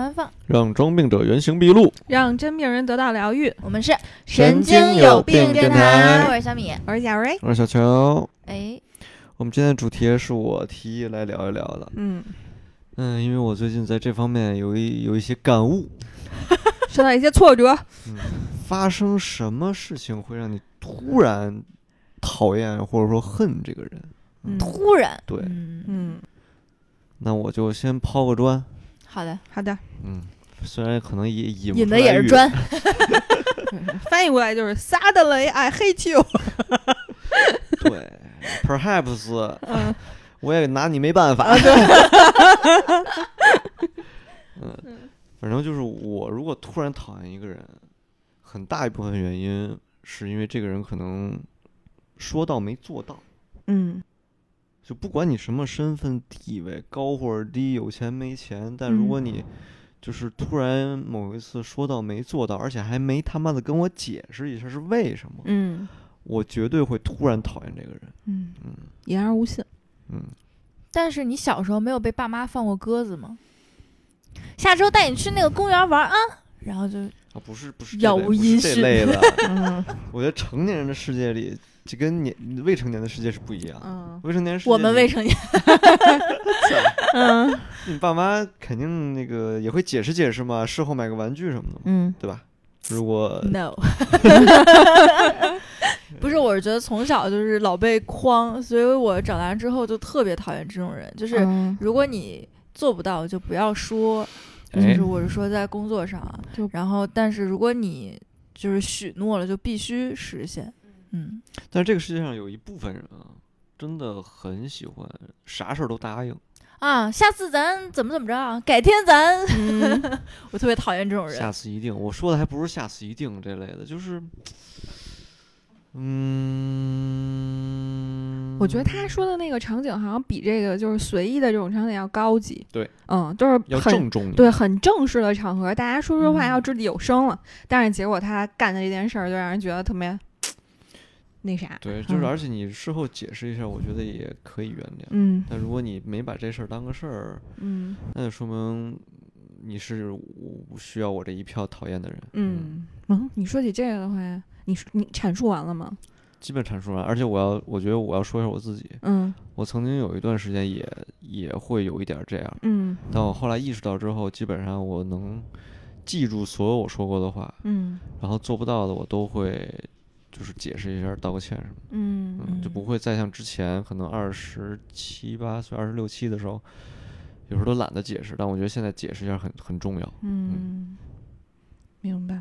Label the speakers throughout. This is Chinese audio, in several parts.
Speaker 1: 安放，
Speaker 2: 让装病者原形毕露。
Speaker 3: 让真病人得到疗愈。
Speaker 1: 我们是
Speaker 2: 神经有病电台
Speaker 1: 我是小米。
Speaker 3: 我是贾瑞，
Speaker 2: 我是小乔，
Speaker 1: 哎，
Speaker 2: 我们今天的主题是我提议来聊一聊的。
Speaker 3: 嗯，
Speaker 2: 嗯，因为我最近在这方面有一有一些感悟。
Speaker 3: 受到一些挫折，
Speaker 2: 发生什么事情会让你突然讨厌或者说恨这个人？
Speaker 3: 嗯
Speaker 1: 突然，
Speaker 2: 对，
Speaker 1: 嗯，
Speaker 3: 嗯，
Speaker 2: 那我就先抛个砖。
Speaker 1: 好的，
Speaker 3: 好的，
Speaker 2: 嗯，虽然可能也引不
Speaker 1: 引的
Speaker 2: 出来
Speaker 1: 也是
Speaker 2: 语
Speaker 1: 砖，
Speaker 3: 翻译过来就是撒的雷，I hate you。
Speaker 2: 对，perhaps
Speaker 3: 嗯 啊
Speaker 2: 我也拿你没办法。 嗯，反正就是我如果突然讨厌一个人，很大一部分原因是因为这个人可能说到没做到。
Speaker 3: 嗯
Speaker 2: 就不管你什么身份地位，高或者低，有钱没钱，但如
Speaker 3: 嗯
Speaker 2: 果你就是突然某一次说到没做到，而且还没他妈的跟我解释一下是为什么，
Speaker 3: 嗯
Speaker 2: 我绝对会突然讨厌这个人。
Speaker 3: 嗯
Speaker 2: 嗯，
Speaker 3: 言而无信。
Speaker 2: 嗯，
Speaker 1: 但是你小时候没有被爸妈放过鸽子吗？下周带你去那个公园玩啊，然后就
Speaker 2: 啊，不是不是
Speaker 1: 杳
Speaker 2: 这类
Speaker 1: 无
Speaker 2: 不是
Speaker 1: 音
Speaker 2: 这
Speaker 1: 讯
Speaker 2: 类 的。
Speaker 3: 嗯
Speaker 2: 我觉得成年人的世界里，这跟年未成年的世界是不一样的。
Speaker 3: 嗯
Speaker 2: 未成年世界，啊
Speaker 1: 我们未成年，
Speaker 3: 嗯
Speaker 2: 你爸妈肯定那个也会解释解释嘛，事后买个玩具什么的嘛，
Speaker 3: 嗯
Speaker 2: 对吧？如果
Speaker 1: no，不是，我是觉得从小就是老被框，所以我长大之后就特别讨厌这种人。就是
Speaker 3: 嗯
Speaker 1: 如果你做不到，就不要说，
Speaker 3: 嗯
Speaker 1: 就
Speaker 2: 哎
Speaker 1: 是我是说在工作上啊
Speaker 3: 就。
Speaker 1: 然后，但是如果你就是许诺了，就必须实现。嗯，
Speaker 2: 但是这个世界上有一部分人啊，真的很喜欢啥事儿都答应，
Speaker 1: 啊，下次咱怎么怎么着啊？改天咱，
Speaker 3: 嗯
Speaker 1: 我特别讨厌这种人
Speaker 2: 下。次一定。我说的还不是下次一定这类的，就是，嗯，
Speaker 3: 我觉得他说的那个场景好像比这个就是随意的这种场景要高级。
Speaker 2: 对，
Speaker 3: 嗯，都是
Speaker 2: 要
Speaker 3: 很
Speaker 2: 郑重一点。
Speaker 3: 对啊很正式的场合，大家说说话
Speaker 1: 嗯
Speaker 3: 要掷地有声了。但是结果他干的这件事儿，就让人觉得特别那啥。
Speaker 2: 对，就是
Speaker 3: 嗯
Speaker 2: 而且你事后解释一下，我觉得也可以原谅。
Speaker 3: 嗯
Speaker 2: 但如果你没把这事儿当个事儿，
Speaker 3: 嗯
Speaker 2: 那就说明你是我需要我这一票讨厌的人。，
Speaker 3: 嗯嗯，你说起这个的话，你说你阐述完了吗？
Speaker 2: 基本阐述完，而且我要，我觉得我要说一下我自己，
Speaker 3: 嗯
Speaker 2: 我曾经有一段时间也也会有一点儿这样，
Speaker 3: 嗯
Speaker 2: 但我后来意识到之后，基本上我能记住所有我说过的话，
Speaker 3: 嗯
Speaker 2: 然后做不到的我都会就是解释一下，道个歉什么的，
Speaker 3: 嗯
Speaker 2: 嗯，就不会再像之前可能二十七八岁、二十六七的时候，有时候都懒得解释。但我觉得现在解释一下很很重要。
Speaker 3: 嗯，明白。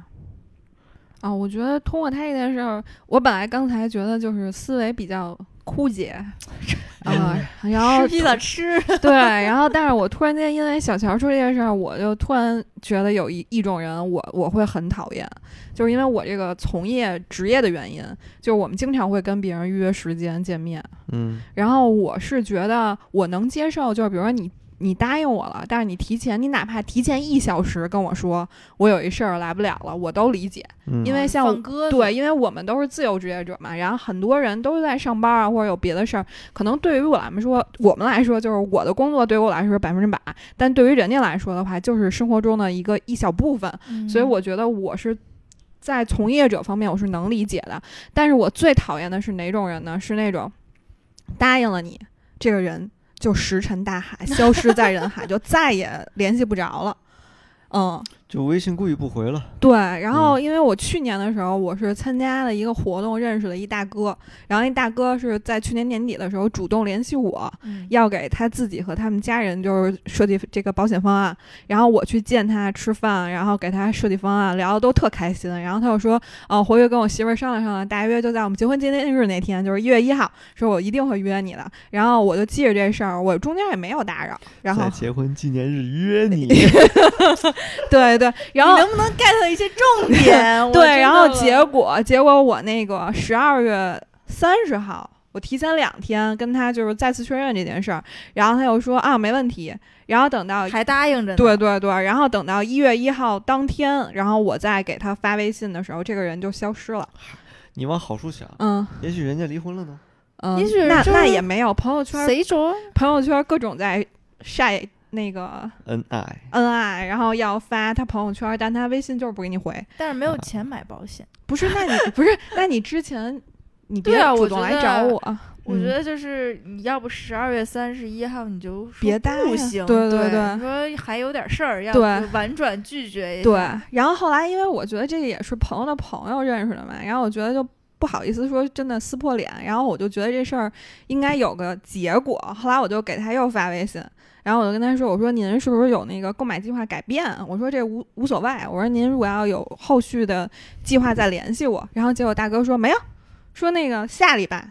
Speaker 3: 啊，我觉得通过他这件事儿，我本来刚才觉得就是思维比较枯 竭啊， 然后
Speaker 1: 吃披萨吃，
Speaker 2: 嗯
Speaker 3: 对，然后但是我突然间因为小乔说这件事儿，我就突然觉得有一一种人我，我会很讨厌，就是因为我这个从业职业的原因，就是我们经常会跟别人约时间见面，
Speaker 2: 嗯
Speaker 3: 然后我是觉得我能接受，就是比如说你你答应我了，但是你提前，你哪怕提前一小时跟我说我有一事儿来不了了，我都理解，
Speaker 2: 嗯
Speaker 3: 因为像我
Speaker 1: 放鸽子，
Speaker 3: 对，，因为我们都是自由职业者嘛，然后很多人都是在上班啊，或者有别的事儿。可能对于我来说，我们来说就是我的工作对于我来说是百分之百，但对于人家来说的话，就是生活中的一个一小部分。
Speaker 1: 嗯
Speaker 3: 所以我觉得我是在从业者方面我是能理解的，但是我最讨厌的是哪种人呢？是那种答应了你这个人就石沉大海，消失在人海，就 再也联系不着了。嗯，
Speaker 2: 就微信故意不回了。
Speaker 3: 对，然后因为我去年的时候，我是参加了一个活动，认识了一大哥，然后那大哥是在去年年底的时候主动联系我，
Speaker 1: 嗯
Speaker 3: 要给他自己和他们家人就是设计这个保险方案，然后我去见他吃饭，然后给他设计方案，聊的都特开心，然后他就说，哦，回去跟我媳妇儿商量商量，大约就在我们结婚纪念日那天，就是一月一号，说我一定会约你的，然后我就记着这事儿，我中间也没有打扰，然后
Speaker 2: 在结婚纪念日约你，
Speaker 3: 对对，然后
Speaker 1: 你能不能 get 一些重 点？我
Speaker 3: 对，
Speaker 1: 真
Speaker 3: 然后
Speaker 1: 的
Speaker 3: 结果结果我那个十二月三十号，我提前两天跟他就是再次确认这件事儿，然后他又说啊没问题，然后等到
Speaker 1: 还答应着呢，
Speaker 3: 对对对，然后等到一月一号当天，然后我再给他发微信的时候，这个人就消失了。
Speaker 2: 你往好处想，
Speaker 3: 嗯
Speaker 2: 也许人家离婚了呢。
Speaker 3: 嗯，
Speaker 1: 也许
Speaker 3: 那
Speaker 1: 就
Speaker 3: 那
Speaker 1: 是
Speaker 3: 也没有朋友圈，
Speaker 1: 谁说？
Speaker 3: 朋友圈各种在晒那个
Speaker 2: 恩爱，
Speaker 3: 恩爱，然后要发他朋友圈，但他微信就是不给你回。
Speaker 1: 但是没有钱买保险。
Speaker 3: 不是，那你不是，那你之前你别
Speaker 1: 对啊我
Speaker 3: 主
Speaker 1: 觉
Speaker 3: 动来
Speaker 1: 得
Speaker 3: 找我，
Speaker 1: 我
Speaker 3: 嗯
Speaker 1: 觉得就是你要不十二月三十一号你就说
Speaker 3: 别答
Speaker 1: 不
Speaker 3: 应
Speaker 1: 行，
Speaker 3: 对对
Speaker 1: 对
Speaker 3: 对
Speaker 1: 你说还有点事儿，要不
Speaker 3: 对
Speaker 1: 就婉转拒绝一
Speaker 3: 对
Speaker 1: 下。，
Speaker 3: 然后后来因为我觉得这也是朋友的朋友认识的嘛，然后我觉得就不好意思说真的撕破脸，然后我就觉得这事儿应该有个结果。后来我就给他又发微信，然后我就跟他说：“我说您是不是有那个购买计划改变？啊我说这无无所谓，我说您如果要有后续的计划再联系我。”然后结果大哥说没有，说那个下礼拜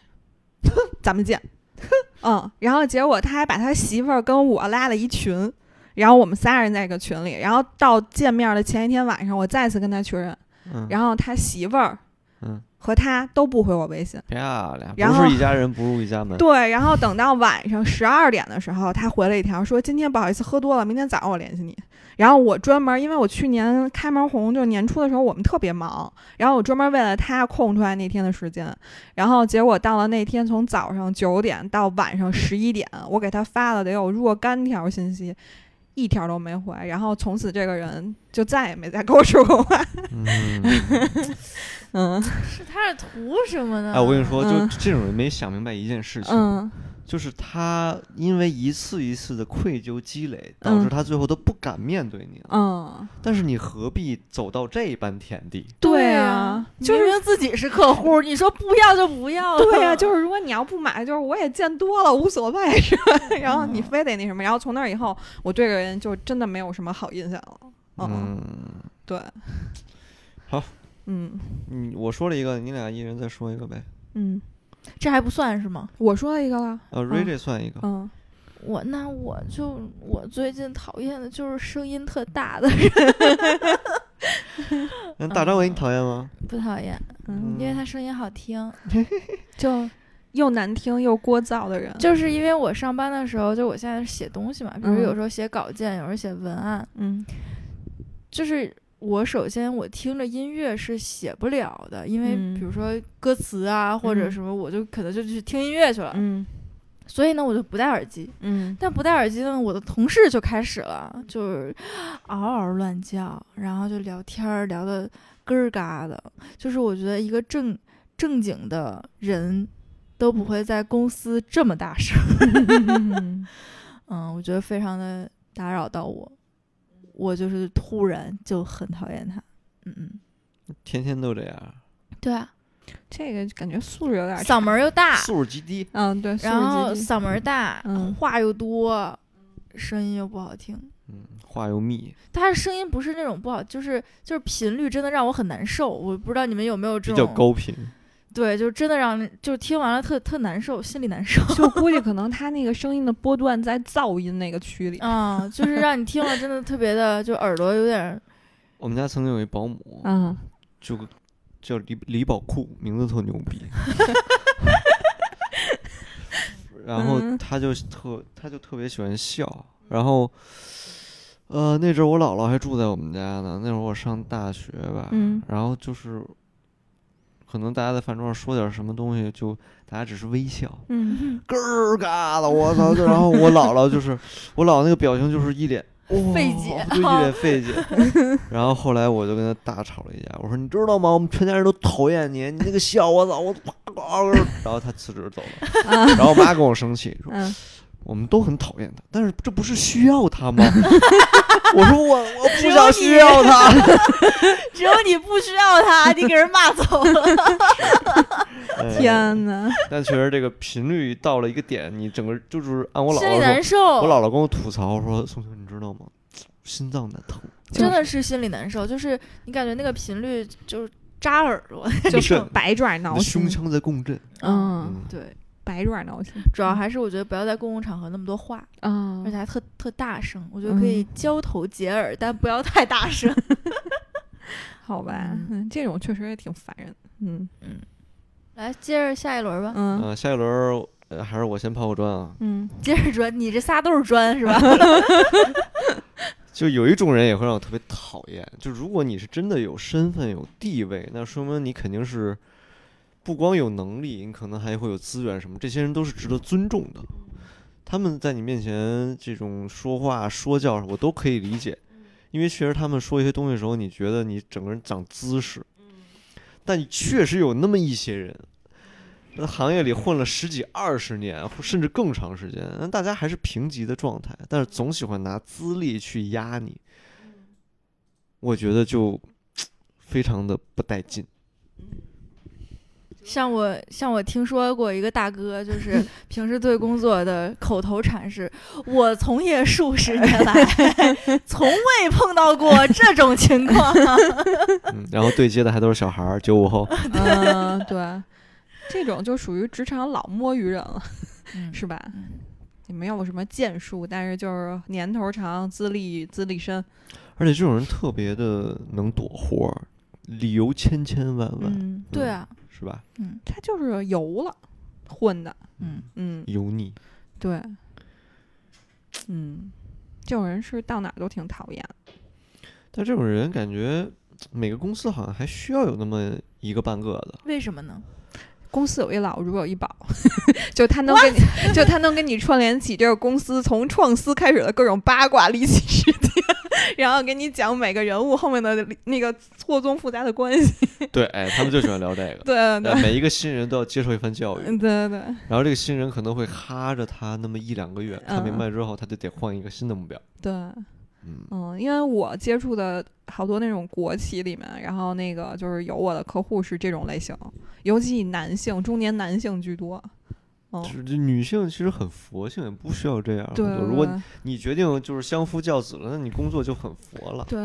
Speaker 3: 咱们见。 嗯，然后结果他还把他媳妇儿跟我拉了一群，然后我们仨人在一个群里，然后到见面的前一天晚上，我再次跟他确认，
Speaker 2: 嗯
Speaker 3: 然后他媳妇儿
Speaker 2: 嗯，
Speaker 3: 和他都不回我微信。
Speaker 2: 漂亮，
Speaker 3: 然
Speaker 2: 不
Speaker 3: 后
Speaker 2: 是一家人不入一家门，
Speaker 3: 对，然后等到晚上十二点的时候，他回了一条说：“今天不好意思喝多了，明天早上我联系你。”然后我专门，因为我去年开门红就是年初的时候，我们特别忙，然后我专门为了他空出来那天的时间，然后结果到了那天从早上九点到晚上十一点，我给他发了得有若干条信息。一条都没回，然后从此这个人就再也没再跟我说过话。
Speaker 2: 嗯，
Speaker 3: 嗯
Speaker 1: 是他是图什么呢？
Speaker 2: 哎，我跟你说，就
Speaker 3: 嗯
Speaker 2: 这种人没想明白一件事情，
Speaker 3: 嗯，
Speaker 2: 就是他因为一次一次的愧疚积累，导致
Speaker 3: 嗯
Speaker 2: 他最后都不敢面对你了。
Speaker 3: 嗯，
Speaker 2: 但是你何必走到这般田地？
Speaker 3: 对
Speaker 1: 啊
Speaker 3: 啊，，就是
Speaker 1: 明明自己是客户，你说不要就不要 了。
Speaker 3: 对呀、就是如果你要不买，就是我也见多了，无所谓，是吧？ 然后你非得那什么，然后从那以后，我对这个人就真的没有什么好印象了。
Speaker 1: 哦
Speaker 3: 嗯，
Speaker 2: 嗯，
Speaker 3: 对。
Speaker 2: 好。
Speaker 3: 嗯
Speaker 2: 你我说了一个，你俩一人再说一个呗。
Speaker 3: 嗯，
Speaker 1: 这还不算是吗？
Speaker 3: 我说了一个了。
Speaker 2: 呃
Speaker 3: 嗯
Speaker 2: ，Ray 这算一个，
Speaker 3: 嗯，
Speaker 1: 我那我就我最近讨厌的就是声音特大的人，
Speaker 2: 那大张伟你讨厌吗？
Speaker 1: 不讨厌，
Speaker 3: 嗯
Speaker 1: 嗯因为他声音好听。
Speaker 3: 就又难听又聒噪的人。
Speaker 1: 就是因为我上班的时候，就我现在写东西嘛，比如
Speaker 3: 嗯
Speaker 1: 有时候写稿件，有时候写文案，
Speaker 3: 嗯
Speaker 1: 就是我首先我听着音乐是写不了的，因为
Speaker 3: 嗯
Speaker 1: 比如说歌词啊、或者
Speaker 3: 嗯
Speaker 1: 什么，我就可能就去听音乐去了，
Speaker 3: 嗯
Speaker 1: 所以呢我就不戴耳机。
Speaker 3: 嗯
Speaker 1: 但不戴耳机呢，我的同事就开始了，就是嗷嗷乱叫，然后就聊天儿聊的咯儿嘎的。就是我觉得一个正正经的人都不会在公司这么大声，
Speaker 3: 嗯，
Speaker 1: 嗯，我觉得非常的打扰到我，我就是突然就很讨厌他。嗯嗯，
Speaker 2: 天天都这样，
Speaker 1: 对啊，
Speaker 3: 这个感觉素质有点差。
Speaker 1: 嗓门儿又大，
Speaker 2: 素质极低。
Speaker 3: 嗯，对，素质
Speaker 1: 然后
Speaker 3: 极低
Speaker 1: 嗓门儿大，
Speaker 3: 嗯
Speaker 1: 话又多，声音又不好听。
Speaker 2: 嗯，话又密，
Speaker 1: 他的声音不是那种不好，就是就是频率真的让我很难受。我不知道你们有没有
Speaker 2: 比
Speaker 1: 这
Speaker 2: 较
Speaker 1: 种，
Speaker 2: 高频。
Speaker 1: 对，就真的让就听完了特特难受，心里难 受。
Speaker 3: 就估计可能他那个声音的波段在噪音那个区里。
Speaker 1: 嗯，就是让你听了真的特别的，就耳朵有点
Speaker 2: 我们家曾经有一保姆，
Speaker 3: 嗯，
Speaker 2: 就叫李李宝库，名字特牛 逼。然后
Speaker 3: 嗯
Speaker 2: 他就特他就特别喜欢笑，然后呃那阵儿我姥姥还住在我们家呢，那会儿我上大学吧，
Speaker 3: 嗯
Speaker 2: 然后就是可能大家在饭桌上说点什么东西，就大家只是微笑，
Speaker 3: 嗯，
Speaker 2: 咯儿嘎的，我操！就然后我姥姥就是我姥姥那个表情就是一脸
Speaker 1: 费解。
Speaker 2: 就一脸费解。然后后来我就跟他大吵了一架，我说你知道吗？我们全家人都讨厌你，你那个笑，我操，我啪呱呱。然后他辞职走了，然后我妈跟我生气说，
Speaker 3: 嗯，
Speaker 2: 我们都很讨厌他，但是这不是需要他吗？ 我说我我不想需要他。
Speaker 1: 只有你不需要他，你给人骂走了。
Speaker 2: 哎
Speaker 3: 天！哪！
Speaker 2: 但确实这个频率到了一个点，你整个就是按我 姥
Speaker 1: 心里
Speaker 2: 姥
Speaker 1: 难
Speaker 2: 说，
Speaker 1: 受。
Speaker 2: 我姥姥跟我吐槽说，宋晴你知道吗？心脏难疼，
Speaker 1: 真的是心里难受，就是你感觉那个频率就是扎耳朵。
Speaker 3: 就
Speaker 2: 就是
Speaker 3: 是百爪
Speaker 2: 你
Speaker 3: 挠
Speaker 2: 的
Speaker 3: 心
Speaker 2: 胸，腔在共振。
Speaker 3: 嗯，
Speaker 1: 对，
Speaker 3: 百爪挠心，
Speaker 1: 主要还是我觉得不要在公共场合那么多话，
Speaker 3: 嗯
Speaker 1: 而且还特特大声。我觉得可以交头接耳，但不要太大声。
Speaker 3: 好吧
Speaker 1: 嗯，
Speaker 3: 嗯，这种确实也挺烦人的，嗯
Speaker 1: 来，接着下一轮吧，
Speaker 3: 嗯
Speaker 2: 嗯，下一轮儿、呃、还是我先抛个砖啊。
Speaker 3: 嗯
Speaker 1: 接着砖，你这仨都是砖是 吧？
Speaker 2: 就有一种人也会让我特别讨厌，就如果你是真的有身份有地位，那说明你肯定是不光有能力，你可能还会有资源什么，这些人都是值得尊重的。他们在你面前这种说话说教，我都可以理解，
Speaker 3: 嗯
Speaker 2: 因为确实他们说一些东西的时候，你觉得你整个人长姿势。
Speaker 3: 嗯
Speaker 2: 但确实有那么一些人，那行业里混了十几二十年，或甚至更长时间，那大家还是平级的状态，但是总喜欢拿资历去压你，我觉得就非常的不带劲。
Speaker 1: 像我像我听说过一个大哥，就是 平时对工作的口头禅是：“我从业数十年 来，从未碰到过这种情况。啊
Speaker 2: 嗯， 然后对接的还都是小孩儿，九五后，
Speaker 3: 嗯，对，这种就属于职场老摸鱼人了，是吧？
Speaker 1: 嗯
Speaker 3: 也没有什么建树，但是就是年头长，资历资历深，
Speaker 2: 而且这种人特别的能躲活儿，理由千千万万，
Speaker 3: 嗯，”
Speaker 1: 对啊，
Speaker 2: 是吧？
Speaker 1: 嗯
Speaker 3: 他就是油了，混的，
Speaker 1: 嗯，
Speaker 3: 嗯，
Speaker 2: 油腻，
Speaker 3: 对，嗯，这种人是到哪儿都挺讨厌的，
Speaker 2: 但这种人感觉每个公司好像还需要有那么一个半个的。
Speaker 1: 为什么呢？
Speaker 3: 公司有一老，如有一宝， 就他能跟你，就他能跟你串联起这个公司从创思开始的各种八卦离奇事件， 然后给你讲每个人物后面的那个错综复杂的关系。。
Speaker 2: 对，哎，他们就喜欢聊这个
Speaker 3: 对对
Speaker 2: 呃每一个新人都要接受一番教育，
Speaker 3: 对对对，
Speaker 2: 然后这个新人可能会哈着他那么一两个月，他明
Speaker 3: 嗯
Speaker 2: 白之后，他就得换一个新的目标。
Speaker 3: 对，
Speaker 2: 嗯，
Speaker 3: 嗯，因为我接触的好多那种国企里面，然后那个就是有我的客户是这种类型，尤其以男性中年男性居多。
Speaker 2: 啊
Speaker 3: 嗯，
Speaker 2: 就是这女性其实很佛性，也不需要这样。
Speaker 3: 对，
Speaker 2: 如果你决定就是相夫教子了，那你工作就很佛了。
Speaker 3: 对，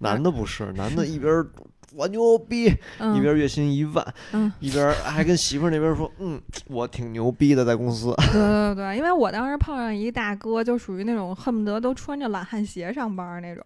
Speaker 2: 男的不是，男的一边儿我牛逼，一边
Speaker 3: 嗯
Speaker 2: 儿月薪一万，
Speaker 3: 嗯，
Speaker 2: 一边儿还跟媳妇儿那边儿说，嗯，我挺牛逼的，在公司。
Speaker 3: 对对对，因为我当时碰上一大哥，就属于那种恨不得都穿着懒汉鞋上班儿那种。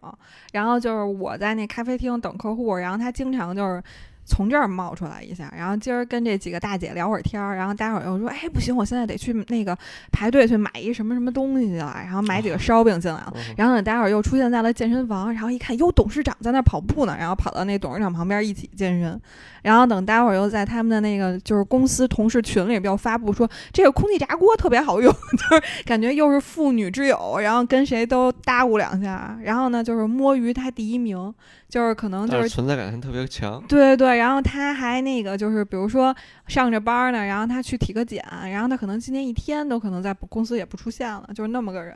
Speaker 3: 然后就是我在那咖啡厅等客户，然后他经常就是从这儿冒出来一下，然后今儿跟这几个大姐聊会儿天儿，然后待会儿又说，哎，不行，我现在得去那个排队去买一什么什么东西去了，然后买几个烧饼进来了。
Speaker 2: 嗯
Speaker 3: 然后等待会儿又出现在了健身房，然后一看，哟，董事长在那儿跑步呢，然后跑到那董事长旁边一起健身。然后等待会儿又在他们的那个就是公司同事群里边又发布说这个空气炸锅特别好用， 就是感觉又是妇女之友，然后跟谁都搭咕两下。然后呢，就是摸鱼他第一名，就是可能就
Speaker 2: 但
Speaker 3: 是
Speaker 2: 是存在感还特别强。
Speaker 3: 对对对，然后他还那个就是，比如说上着班儿呢，然后他去体个检，然后他可能今天一天都可能在公司也不出现了，就是那么个人。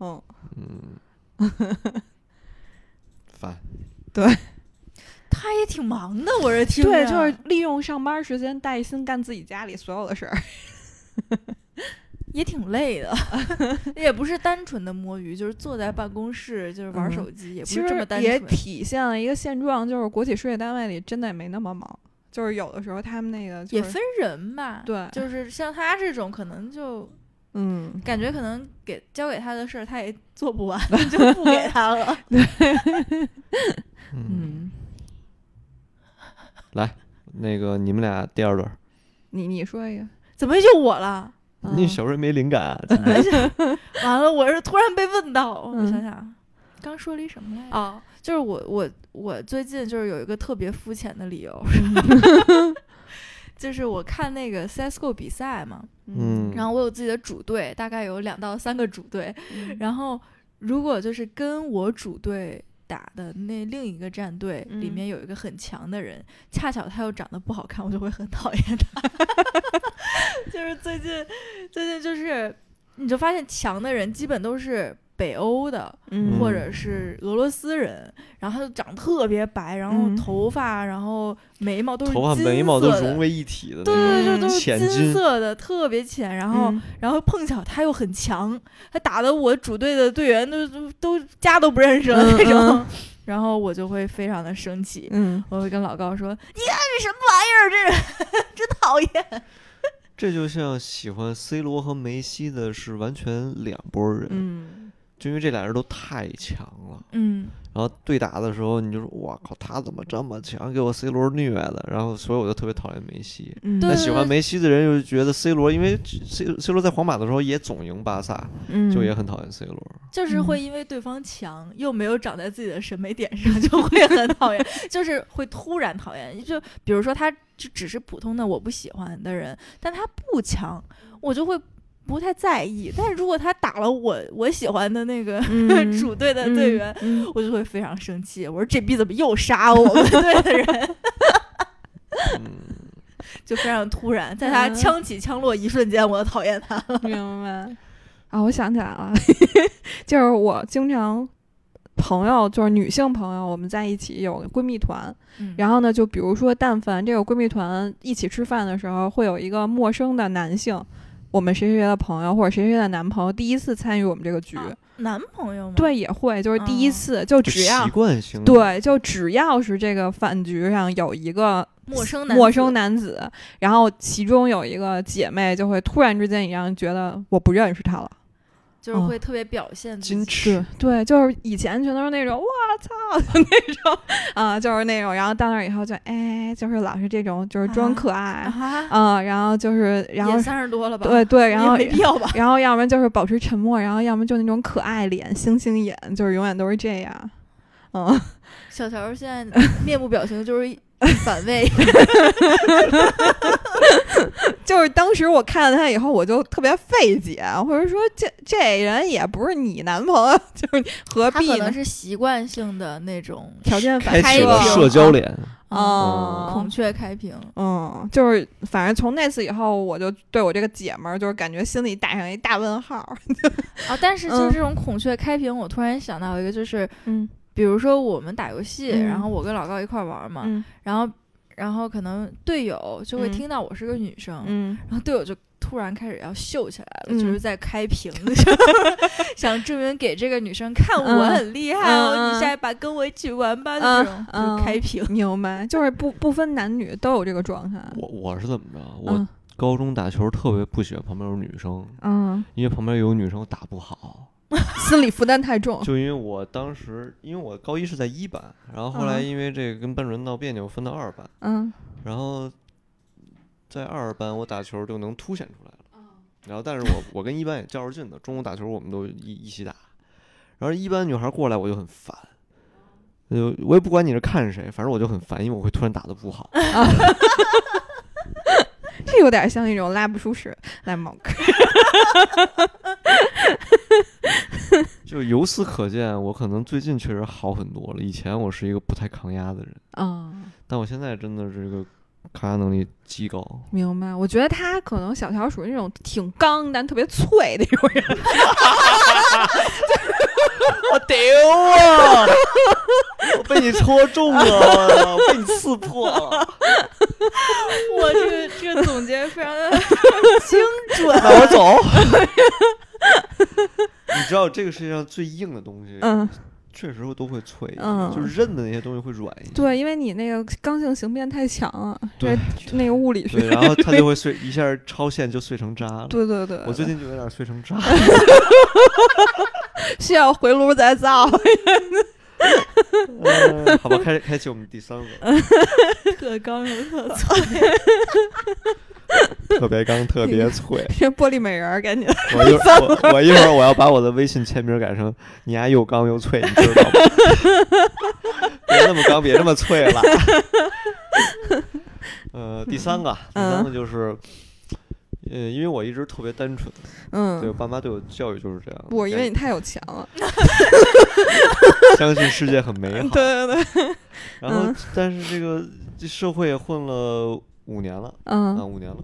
Speaker 3: 嗯，
Speaker 2: 嗯，烦。
Speaker 1: 他也挺忙的，啊我这听着
Speaker 3: 对，就是利用上班时间带薪干自己家里所有的事儿。
Speaker 1: 也挺累 的，也不是单纯的摸鱼，就是坐在办公室就是玩
Speaker 3: 嗯
Speaker 1: 手机，也不
Speaker 3: 其
Speaker 1: 是这么
Speaker 3: 实
Speaker 1: 单
Speaker 3: 也
Speaker 1: 纯。
Speaker 3: 体现了一个现状，就是国企事业单位里真的也没那么忙，就是有的时候他们那个、就是、
Speaker 1: 也分人吧，
Speaker 3: 对
Speaker 1: 就是像他这种，可能就
Speaker 3: 嗯，
Speaker 1: 感觉可能给交给他的事儿，他也做不完， 就不给他了。
Speaker 2: 嗯，
Speaker 3: 嗯，
Speaker 2: 那个你们俩第二轮儿，
Speaker 3: 你你说一个，
Speaker 1: 怎么就我了？
Speaker 2: 你
Speaker 3: 嗯
Speaker 2: 小时候没灵感啊？真的
Speaker 1: 完了，我是突然被问到，我
Speaker 3: 嗯
Speaker 1: 想想啊，刚说了一什么来着？哦，就是我我我最近就是有一个特别肤浅的理由，嗯 就是我看那个 CSGO 比赛嘛，
Speaker 2: 嗯，
Speaker 1: 然后我有自己的主队，大概有两到三个主队。
Speaker 3: 嗯
Speaker 1: 然后如果就是跟我主队打的那另一个战队里
Speaker 3: 嗯
Speaker 1: 面有一个很强的人，恰巧他又长得不好看，我就会很讨厌他。 就是最近，最近就是你就发现强的人基本都是。北欧的，
Speaker 3: 嗯
Speaker 1: 或者是俄罗斯人，然后他就长得特别白，然后
Speaker 3: 嗯
Speaker 1: 头发，然后眉毛都是
Speaker 2: 头发
Speaker 1: 金
Speaker 2: 眉毛都
Speaker 1: 色的
Speaker 2: 融为一体的那
Speaker 1: 对啊
Speaker 2: 种。
Speaker 1: 对对，
Speaker 3: 嗯
Speaker 1: 都是
Speaker 2: 浅
Speaker 1: 金
Speaker 2: 金
Speaker 1: 色的，特别浅。然后，
Speaker 3: 嗯
Speaker 1: 然后碰巧他又很强，他打的我主队的队员都都都家都不认识了
Speaker 3: 嗯
Speaker 1: 那种。
Speaker 3: 嗯
Speaker 1: 然后我就会非常的生气，
Speaker 3: 嗯
Speaker 1: 我会跟老高说：“你看这什么玩意儿，这 真讨厌。
Speaker 2: 这就像喜欢 C 罗和梅西的是完全两拨人，
Speaker 3: 嗯
Speaker 2: 就因为这俩人都太强了。”
Speaker 1: 嗯，
Speaker 2: 然后对打的时候，你就说：“哇靠，他怎么这么强？给我 C 罗虐的。”然后，所以我就特别讨厌梅西。
Speaker 3: 嗯，
Speaker 1: 对
Speaker 2: 但
Speaker 1: 对
Speaker 2: 喜欢梅西的人又觉得 C 罗，因为 C C 罗在皇马的时候也总赢巴萨，
Speaker 3: 嗯
Speaker 2: 就也很讨 厌 C 罗。
Speaker 1: 就是会因为对方强，又没有长在自己的审美点上，就会很讨 厌，就是会突然讨厌。就比如说他就只是普通的我不喜欢的人，但他不强，我就会不太在意，但是如果他打了我我喜欢的那个
Speaker 3: 嗯
Speaker 1: 主队的队员，
Speaker 3: 嗯
Speaker 1: 我就会非常生气。我说这逼怎么又杀我 们队的人？
Speaker 2: 嗯，
Speaker 1: 就非常突然，在他
Speaker 3: 嗯
Speaker 1: 枪起枪落一瞬间，我就讨厌他了。
Speaker 3: 明白。啊，我想起来了， 就是我经常朋友，就是女性朋友，我们在一起有闺蜜团，然后呢，就比如说，但凡这个闺蜜团一起吃饭的时候，会有一个陌生的男性，我们谁谁谁的朋友或者谁谁谁的男朋友第一次参与我们这个局，
Speaker 1: 啊男朋友吗？，
Speaker 3: 对，也会就是第
Speaker 1: 嗯
Speaker 3: 一次，就
Speaker 2: 就
Speaker 3: 只要
Speaker 2: 习惯性的，
Speaker 3: 对，就只要是这个饭局上有一个
Speaker 1: 陌生男，
Speaker 3: 陌生，男子，然后其中有一个姐妹就会突然之间，你让人觉得我不认识他了。
Speaker 1: 就是
Speaker 3: 嗯
Speaker 1: 会特别表现自
Speaker 2: 矜
Speaker 1: 己。
Speaker 2: 持，
Speaker 3: 对，就是以前全都是那种我操的那种 啊，就是那种，然后到那儿以后就哎，就是老是这种，就是装
Speaker 1: 啊
Speaker 3: 可爱，
Speaker 1: 啊，
Speaker 3: 嗯，然后就是然后
Speaker 1: 也三十多了吧？
Speaker 3: 对对，然
Speaker 1: 也
Speaker 3: 后
Speaker 1: 没必 要吧？
Speaker 3: 然后要不然就是保持沉默，然后要么就那种可爱脸、星星眼，就是永远都是这样。嗯，
Speaker 1: 小乔现在面部表情就是一反胃，
Speaker 3: 就是当时我看了他以后，我就特别费解，或者说这这人也不是你男朋友， 就是何
Speaker 1: 他
Speaker 3: 必
Speaker 1: 可
Speaker 3: 呢
Speaker 1: 能？是习惯性的那种
Speaker 3: 条件反
Speaker 2: 开
Speaker 1: 开嗯
Speaker 2: 启了
Speaker 1: 屏
Speaker 2: 社交脸，
Speaker 3: 啊，
Speaker 1: 孔雀开屏。
Speaker 3: 嗯，就是反正从那次以后，我就对我这个姐们儿，就是感觉心里打上一大问号。
Speaker 1: 啊，但是就
Speaker 3: 嗯
Speaker 1: 是这种孔雀开屏，我突然想到一个，就是
Speaker 3: 嗯
Speaker 1: 比如说我们打游戏，
Speaker 3: 嗯
Speaker 1: 然后我跟老高一块儿玩嘛，
Speaker 3: 嗯
Speaker 1: 然后然后可能队友就会听到我是个女生，
Speaker 3: 嗯
Speaker 1: 然后队友就突然开始要秀起来了，
Speaker 3: 嗯
Speaker 1: 就是在开屏，就是 想证明给这个女生看我
Speaker 3: 嗯
Speaker 1: 很厉害哦，
Speaker 3: 嗯嗯
Speaker 1: 你下一把跟我一起玩吧，
Speaker 3: 嗯
Speaker 1: 这种就
Speaker 3: 嗯
Speaker 1: 是开屏。
Speaker 3: 明白，就是不不分男女都有这个状态。
Speaker 2: 我我是怎么着？我
Speaker 3: 嗯
Speaker 2: 高中打球特别不喜欢旁边有女生，
Speaker 3: 嗯，
Speaker 2: 因为旁边有女生打不好。
Speaker 3: 心理负担太重。
Speaker 2: 就因为我当时，因为我高一是在一班，然后后来
Speaker 3: 嗯
Speaker 2: 因为这个跟班主任闹别扭，分到二班，
Speaker 3: 嗯
Speaker 2: 然后在二班我打球就能凸显出来了。然后，但是我我跟一班也较着劲的，中午打球我们都一一起打。然后一班女孩过来我就很烦，呃，我也不管你是看谁，反正我就很烦，因为我会突然打的不好。
Speaker 3: 啊，这有点像那种拉不出屎来猫哥。
Speaker 2: 就由此可见，我可能最近确实好很多了。以前我是一个不太抗压的人，
Speaker 3: 嗯，
Speaker 2: 但我现在真的是这个抗压能力极高。
Speaker 3: 明白。我觉得他可能小乔属于那种挺刚但特别脆的那种人。
Speaker 2: 我丢啊！ 我被你戳中了，我被你刺破了。
Speaker 1: 我这个这个总结非常的精准。
Speaker 2: 那我走。 你知道这个世界上最硬的东西，
Speaker 3: 嗯，
Speaker 2: 确实都会脆一点，
Speaker 3: 嗯
Speaker 2: 就是韧的那些东西会软一些。
Speaker 3: 对，因为你那个刚性形变太强了，
Speaker 2: 对
Speaker 3: 这那个物理学。
Speaker 2: 对，然后它就会碎，一下超限就碎成渣了。
Speaker 3: 对对对，
Speaker 2: 我最近就有点碎成渣。
Speaker 3: 需要回炉再造。
Speaker 2: 嗯好吧，开开启我们第三个，
Speaker 1: 特刚柔特脆，
Speaker 2: 特别刚，特别脆。
Speaker 3: 这玻璃美人儿，赶紧。
Speaker 2: 我 一会儿我我一会儿我要把我的微信签名改成“你丫又刚又脆”，你知道吗？ 别那么刚，别那么脆了。呃，第三个，第三
Speaker 3: 嗯
Speaker 2: 个就是，呃，因为我一直特别单纯，对我
Speaker 3: 嗯，
Speaker 2: 爸妈对我教育就是这样。
Speaker 3: 不，因为
Speaker 2: 相
Speaker 3: 你太有钱了。
Speaker 2: 相信世界很美好
Speaker 3: 对。 嗯对对，
Speaker 2: 然后，但是这个这社会也混了五年了，啊，
Speaker 3: 嗯
Speaker 2: 五年了。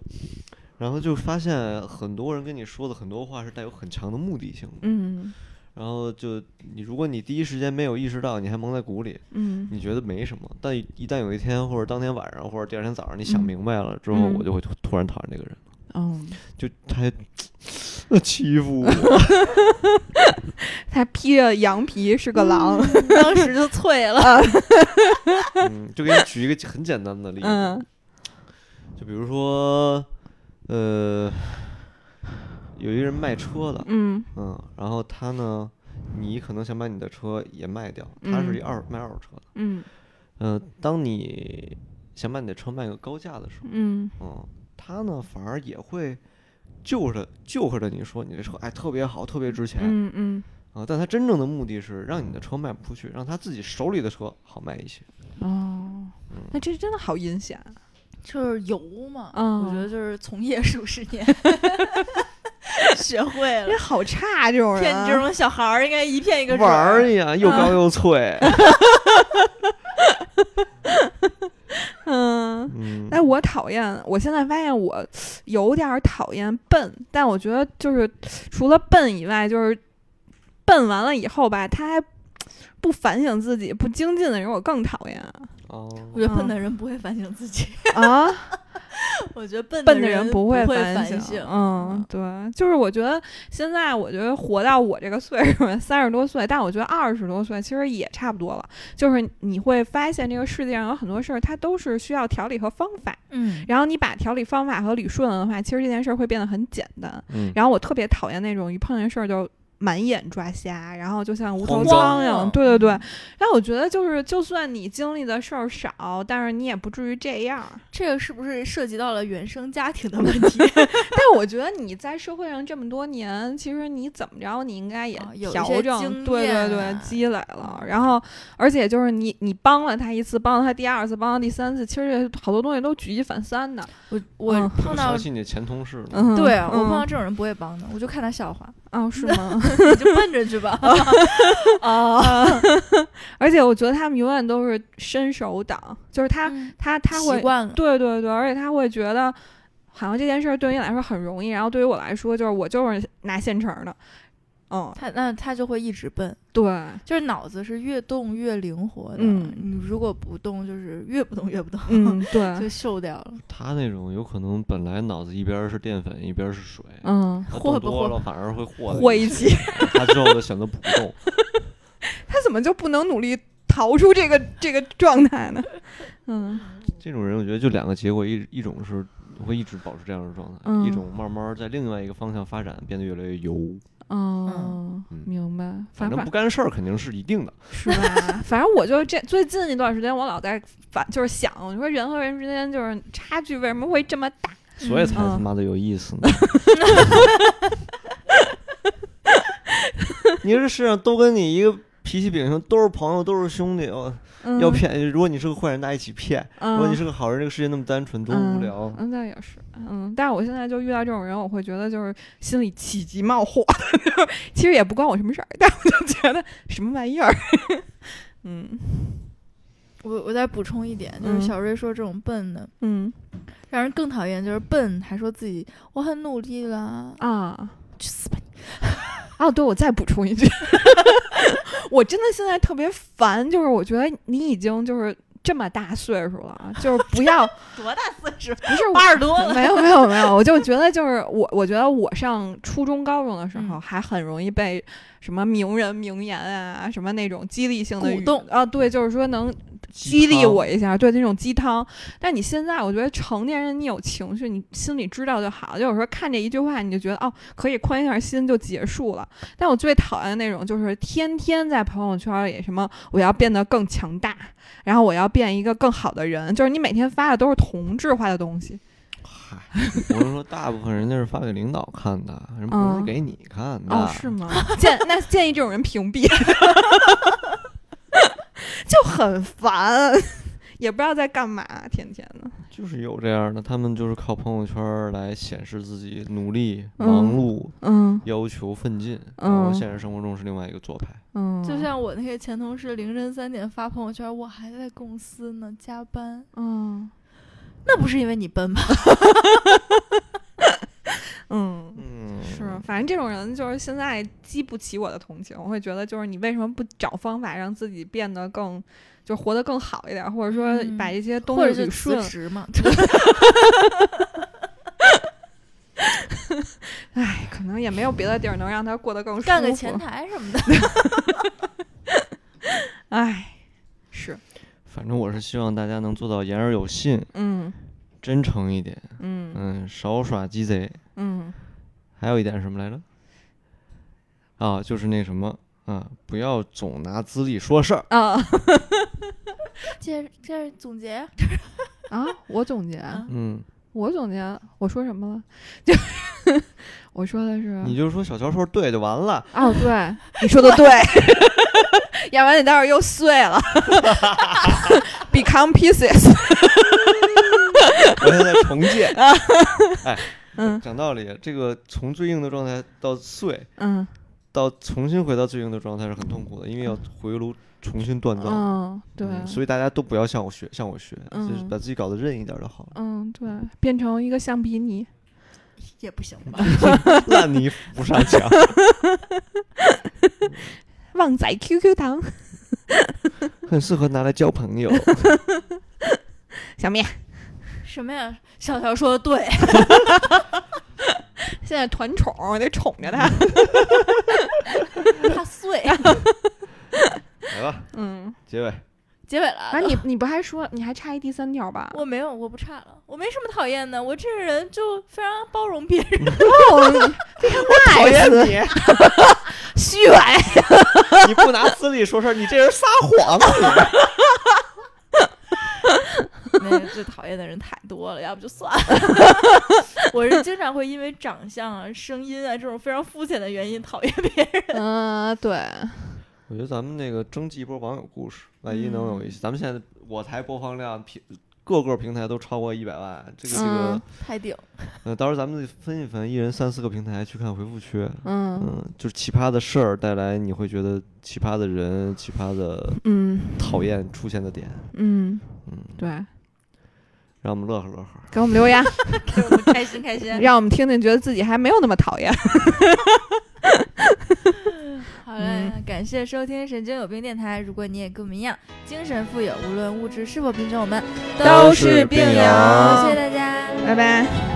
Speaker 2: 然后就发现很多人跟你说的很多话是带有很强的目的性的，
Speaker 3: 嗯
Speaker 2: 然后就你，如果你第一时间没有意识到，你还蒙在鼓里，
Speaker 3: 嗯
Speaker 2: 你觉得没什么。但一一旦有一天，或者当天晚上，或者第二天早上，你想
Speaker 3: 嗯
Speaker 2: 明白了之后，我
Speaker 3: 嗯
Speaker 2: 就会突突然讨厌这个人，
Speaker 3: 嗯，
Speaker 2: 就他 还呃欺负我，
Speaker 3: 他披着羊皮是个狼。
Speaker 1: 当时就脆了。
Speaker 2: 嗯，就给你举一个很简单的例子，
Speaker 3: 嗯
Speaker 2: 就比如说，呃，有一个人卖车的，
Speaker 3: 嗯
Speaker 2: 嗯，然后他呢，你可能想把你的车也卖掉，他是一二卖二手车的，
Speaker 3: 嗯
Speaker 2: 嗯、当你想把你的车卖个高价的时候。
Speaker 3: 嗯
Speaker 2: 嗯，他呢反而也会就着就和着你说你这车哎特别好，特别值钱啊、
Speaker 3: 嗯嗯。
Speaker 2: 但他真正的目的是让你的车卖不出去，让他自己手里的车好卖一些。
Speaker 3: 哦，那这真的好阴险。啊
Speaker 1: 就是油嘛，
Speaker 3: 嗯
Speaker 1: 我觉得就是从业数十年， 学会
Speaker 3: 这
Speaker 1: 了。
Speaker 3: 好差这种人
Speaker 1: 骗
Speaker 3: 啊，
Speaker 1: 你这种小孩儿，应该一片一个准
Speaker 2: 玩儿
Speaker 1: 儿。
Speaker 2: 呀，又高又 脆。
Speaker 3: 嗯。
Speaker 2: 嗯，
Speaker 3: 但我讨厌，我现在发现我有点儿讨厌笨，但我觉得就是除了笨以外，就是笨完了以后吧，他还不反省自己、不精进的人，我更讨厌啊
Speaker 2: 哦，
Speaker 1: 我觉得笨
Speaker 3: 嗯
Speaker 1: 的人不会反省自己，
Speaker 3: 啊！
Speaker 1: 我觉得笨
Speaker 3: 笨的
Speaker 1: 人
Speaker 3: 人不会
Speaker 1: 反
Speaker 3: 省，嗯，对，就是我觉得现在，我觉得活到我这个岁数，三十多岁，但我觉得二十多岁其实也差不多了。就是你会发现，这个世界上有很多事儿，它都是需要条理和方法。
Speaker 1: 嗯，
Speaker 3: 然后你把条理、方法和理顺了的话，其实这件事儿会变得很简单。
Speaker 2: 嗯，
Speaker 3: 然后我特别讨厌那种一碰见事儿就满眼抓瞎，然后就像无头
Speaker 2: 慌
Speaker 3: 苍
Speaker 1: 张
Speaker 3: 蝇。对对对。但我觉得就是，就算你经历的事儿少，但是你也不至于这样儿。
Speaker 1: 这个是不是涉及到了原生家庭的问 题？
Speaker 3: 但我觉得你在社会上这么多年，其实你怎么着，你应该也
Speaker 1: 啊有一
Speaker 3: 调
Speaker 1: 些
Speaker 3: 整，
Speaker 1: 经
Speaker 3: 对对
Speaker 1: 验
Speaker 3: 对
Speaker 1: 啊，
Speaker 3: 积累了。然后，而且就是你，你帮了他一次，帮了他第二次，帮了第三次，其实好多东西都举一反三的。
Speaker 1: 我我
Speaker 3: 嗯
Speaker 1: 碰
Speaker 2: 我
Speaker 1: 到
Speaker 2: 想起你的前同事了。
Speaker 3: 嗯，
Speaker 1: 对啊，我碰到
Speaker 3: 嗯
Speaker 1: 这种人不会帮的，我就看他笑话，
Speaker 3: 哦，是吗？
Speaker 1: 你就奔着去吧。
Speaker 3: 哦
Speaker 1: 啊，
Speaker 3: 而且我觉得他们永远都是伸手党，就是他，他他
Speaker 1: 嗯习
Speaker 3: 会，
Speaker 1: 惯了，
Speaker 3: 对对对，而且他会觉得。好像这件事儿对你来说很容易，然后对于我来说，就是我就是拿现成的，嗯，
Speaker 1: 他那他就会一直笨，
Speaker 3: 对，
Speaker 1: 就是脑子是越动越灵活的。
Speaker 3: 嗯
Speaker 1: 你如果不动，就是越不动越不动，
Speaker 3: 嗯，对，
Speaker 1: 就锈掉了。
Speaker 2: 他那种有可能本来脑子一边儿是淀粉一边儿是水，
Speaker 3: 嗯，
Speaker 2: 他
Speaker 1: 和吧
Speaker 2: 动多
Speaker 1: 和
Speaker 2: 了反而会和在
Speaker 3: 和
Speaker 2: 一
Speaker 3: 一
Speaker 2: 起，
Speaker 3: 起，
Speaker 2: 他之后就选择不动。
Speaker 3: 他怎么就不能努力逃出这个 这个状态 呢？嗯
Speaker 2: 这种人，我觉得就两个结果，一一种是会一直保持这样的状态，
Speaker 3: 嗯
Speaker 2: 一种慢慢儿在另外一个方向发展，变得越来越油。
Speaker 3: 哦
Speaker 2: 嗯
Speaker 3: 明白，
Speaker 2: 反
Speaker 3: 反
Speaker 2: 正不干事儿肯定是一定的。
Speaker 3: 是吧？反正我就这最近一段时间，我老在反就是想，你说人和人之间就是差距为什么会这么大？
Speaker 2: 所以才
Speaker 3: 嗯
Speaker 2: 他妈的有意思 呢。你这世上都跟你一个脾气秉性，都是朋友，都是兄弟。我
Speaker 3: 嗯、
Speaker 2: 要骗，如果你是个坏人，大家一起骗；如果
Speaker 3: 嗯
Speaker 2: 你。是个好人，这个世界那么单纯，多
Speaker 3: 嗯
Speaker 2: 无聊。
Speaker 3: 嗯，那也是，嗯，但是我现在就遇到这种人，我会觉得就是心里起鸡冒火， 其实也不关我什么事儿，但我就觉得什么玩意儿， 嗯
Speaker 1: 我我再补充一点，就是
Speaker 3: 嗯
Speaker 1: 小瑞说这种笨的，
Speaker 3: 嗯
Speaker 1: 让人更讨厌就是笨，还说自己我很努力啦，
Speaker 3: 啊，
Speaker 1: 去死吧！
Speaker 3: 哦，对，我再补充一句， 我真的现在特别烦，就是我觉得你已经就是这么大岁数了啊，就是不要
Speaker 1: 多大岁数？
Speaker 3: 不是我
Speaker 1: 八十多了，
Speaker 3: 没有没有没有，我就觉得就是我，我觉得我上初中、高中的时候
Speaker 1: 嗯
Speaker 3: 还很容易被什么名人名言啊，什么那种激励性的
Speaker 1: 鼓
Speaker 3: 语
Speaker 1: 动
Speaker 3: 啊，对，就是说能
Speaker 2: 鸡
Speaker 3: 激励
Speaker 2: 汤
Speaker 3: 我一下，对那种鸡汤。但你现在，我觉得成年人你有情绪，你心里知道就好。就有时候看这一句话，你就觉得哦，可以宽一下心就结束了。但我最讨厌那种就是天天在朋友圈里什么我要变得更强大，然后我要变一个更好的人，就是你每天发的都是同质化的东西。
Speaker 2: 嗨，我是说，大部分人那是发给领导看的，人不是
Speaker 3: 嗯
Speaker 2: 给你看的。
Speaker 3: 哦，是吗？ 建那建议这种人屏 蔽，就很烦，也不知道在干嘛，天天的。
Speaker 2: 就是有这样的，他们就是靠朋友圈儿来显示自己努力、
Speaker 3: 嗯
Speaker 2: 忙碌、
Speaker 3: 嗯
Speaker 2: 要求奋进，然后
Speaker 3: 嗯
Speaker 2: 现实生活中是另外一个做派。
Speaker 3: 嗯，
Speaker 1: 就像我那个前同事凌晨三点发朋友圈，我还在公司呢，加班。
Speaker 3: 嗯
Speaker 1: 那不是因为你 笨吧？
Speaker 3: 嗯。
Speaker 2: 嗯，
Speaker 3: 是，反正这种人就是现在激不起我的同情，我会觉得就是你为什么不找方法让自己变得更，就活得更好一点，或者说
Speaker 1: 嗯
Speaker 3: 把这些东
Speaker 1: 或者
Speaker 3: 西
Speaker 1: 就
Speaker 3: 捋顺
Speaker 1: 辞，职嘛？
Speaker 3: 哎，可能也没有别的地儿能让他过得更舒服。
Speaker 1: 干个前台什么 的。
Speaker 3: 哎，是，
Speaker 2: 反正我是希望大家能做到言而有信，
Speaker 3: 嗯
Speaker 2: 真诚一点，
Speaker 3: 嗯
Speaker 2: 嗯，少耍鸡贼。
Speaker 3: 嗯，
Speaker 2: 还有一点是什么来着？啊，就是那什么啊，不要总拿资历说事儿。
Speaker 3: 啊
Speaker 1: 接着接着总结，
Speaker 3: 啊，我总 结，
Speaker 1: 啊
Speaker 2: 嗯，
Speaker 3: 我总结，我说什么了？ 就我说的是，
Speaker 2: 你就说小乔说对就完了。
Speaker 3: 哦， 对，你说的对， 要不然你待会儿又碎了 ，become pieces。
Speaker 2: 我现在重建。哎，
Speaker 3: 嗯
Speaker 2: 讲道理，这个从最硬的状态到碎，
Speaker 3: 嗯
Speaker 2: 到重新回到最硬的状态是很痛苦的，因为要回炉重新锻造。
Speaker 3: 嗯，对，
Speaker 2: 嗯所以大家都不要向我学，向我学，就是
Speaker 3: 嗯
Speaker 2: 把自己搞得韧一点就好了。
Speaker 3: 嗯对，变成一个橡皮泥，
Speaker 1: 也不行 吧？
Speaker 2: 烂泥扶不上墙。
Speaker 3: 旺仔 QQ 糖，
Speaker 2: 很适合拿来交朋 友。
Speaker 3: 小面。
Speaker 1: 什么呀？小乔说的 对，
Speaker 3: 现在团宠，我得宠着他。
Speaker 2: 嗯
Speaker 1: 怕碎。
Speaker 2: 来吧，
Speaker 3: 嗯，
Speaker 2: 结尾。
Speaker 1: 结尾了 啊
Speaker 3: 啊，，你你不还说你还差一第三条吧？
Speaker 1: 我没有，我不差了，我没什么讨厌的，我这个人就非常包容别 人。
Speaker 3: 讨厌
Speaker 2: 你，
Speaker 3: 虚伪，
Speaker 2: 你不拿资历说事儿，你这人撒谎。啊
Speaker 1: 那个最讨厌的人太多了，要不就算 了。我是经常会因为长相啊、声音啊这种非常肤浅的原因讨厌别人。
Speaker 3: 嗯，对，
Speaker 2: 我觉得咱们那个征集一波网友故事，万一能有
Speaker 3: 嗯
Speaker 2: 一些。咱们现在我台播放量平各个平台都超过一百万，这个这个
Speaker 3: 嗯，
Speaker 1: 太顶，
Speaker 2: 呃，到时候咱们得分一分，一人三四个平台去看回复区。
Speaker 3: 嗯
Speaker 2: 嗯，就是奇葩的事儿带来，你会觉得奇葩的人、奇葩的
Speaker 3: 嗯
Speaker 2: 讨厌出现的点，
Speaker 3: 嗯
Speaker 2: 嗯，
Speaker 3: 对，
Speaker 2: 让我们乐呵乐呵。
Speaker 3: 给我们留 言，
Speaker 1: 给我们开心开 心。
Speaker 3: 让我们听听，觉得自己还没有那么讨厌。
Speaker 1: 好嘞，感谢收听《神经有病电台》。如果你也跟我们一样精神富有，无论物质是否贫穷，我们
Speaker 2: 都是病友
Speaker 1: 友谢谢大家，拜
Speaker 3: 拜拜。
Speaker 1: 拜。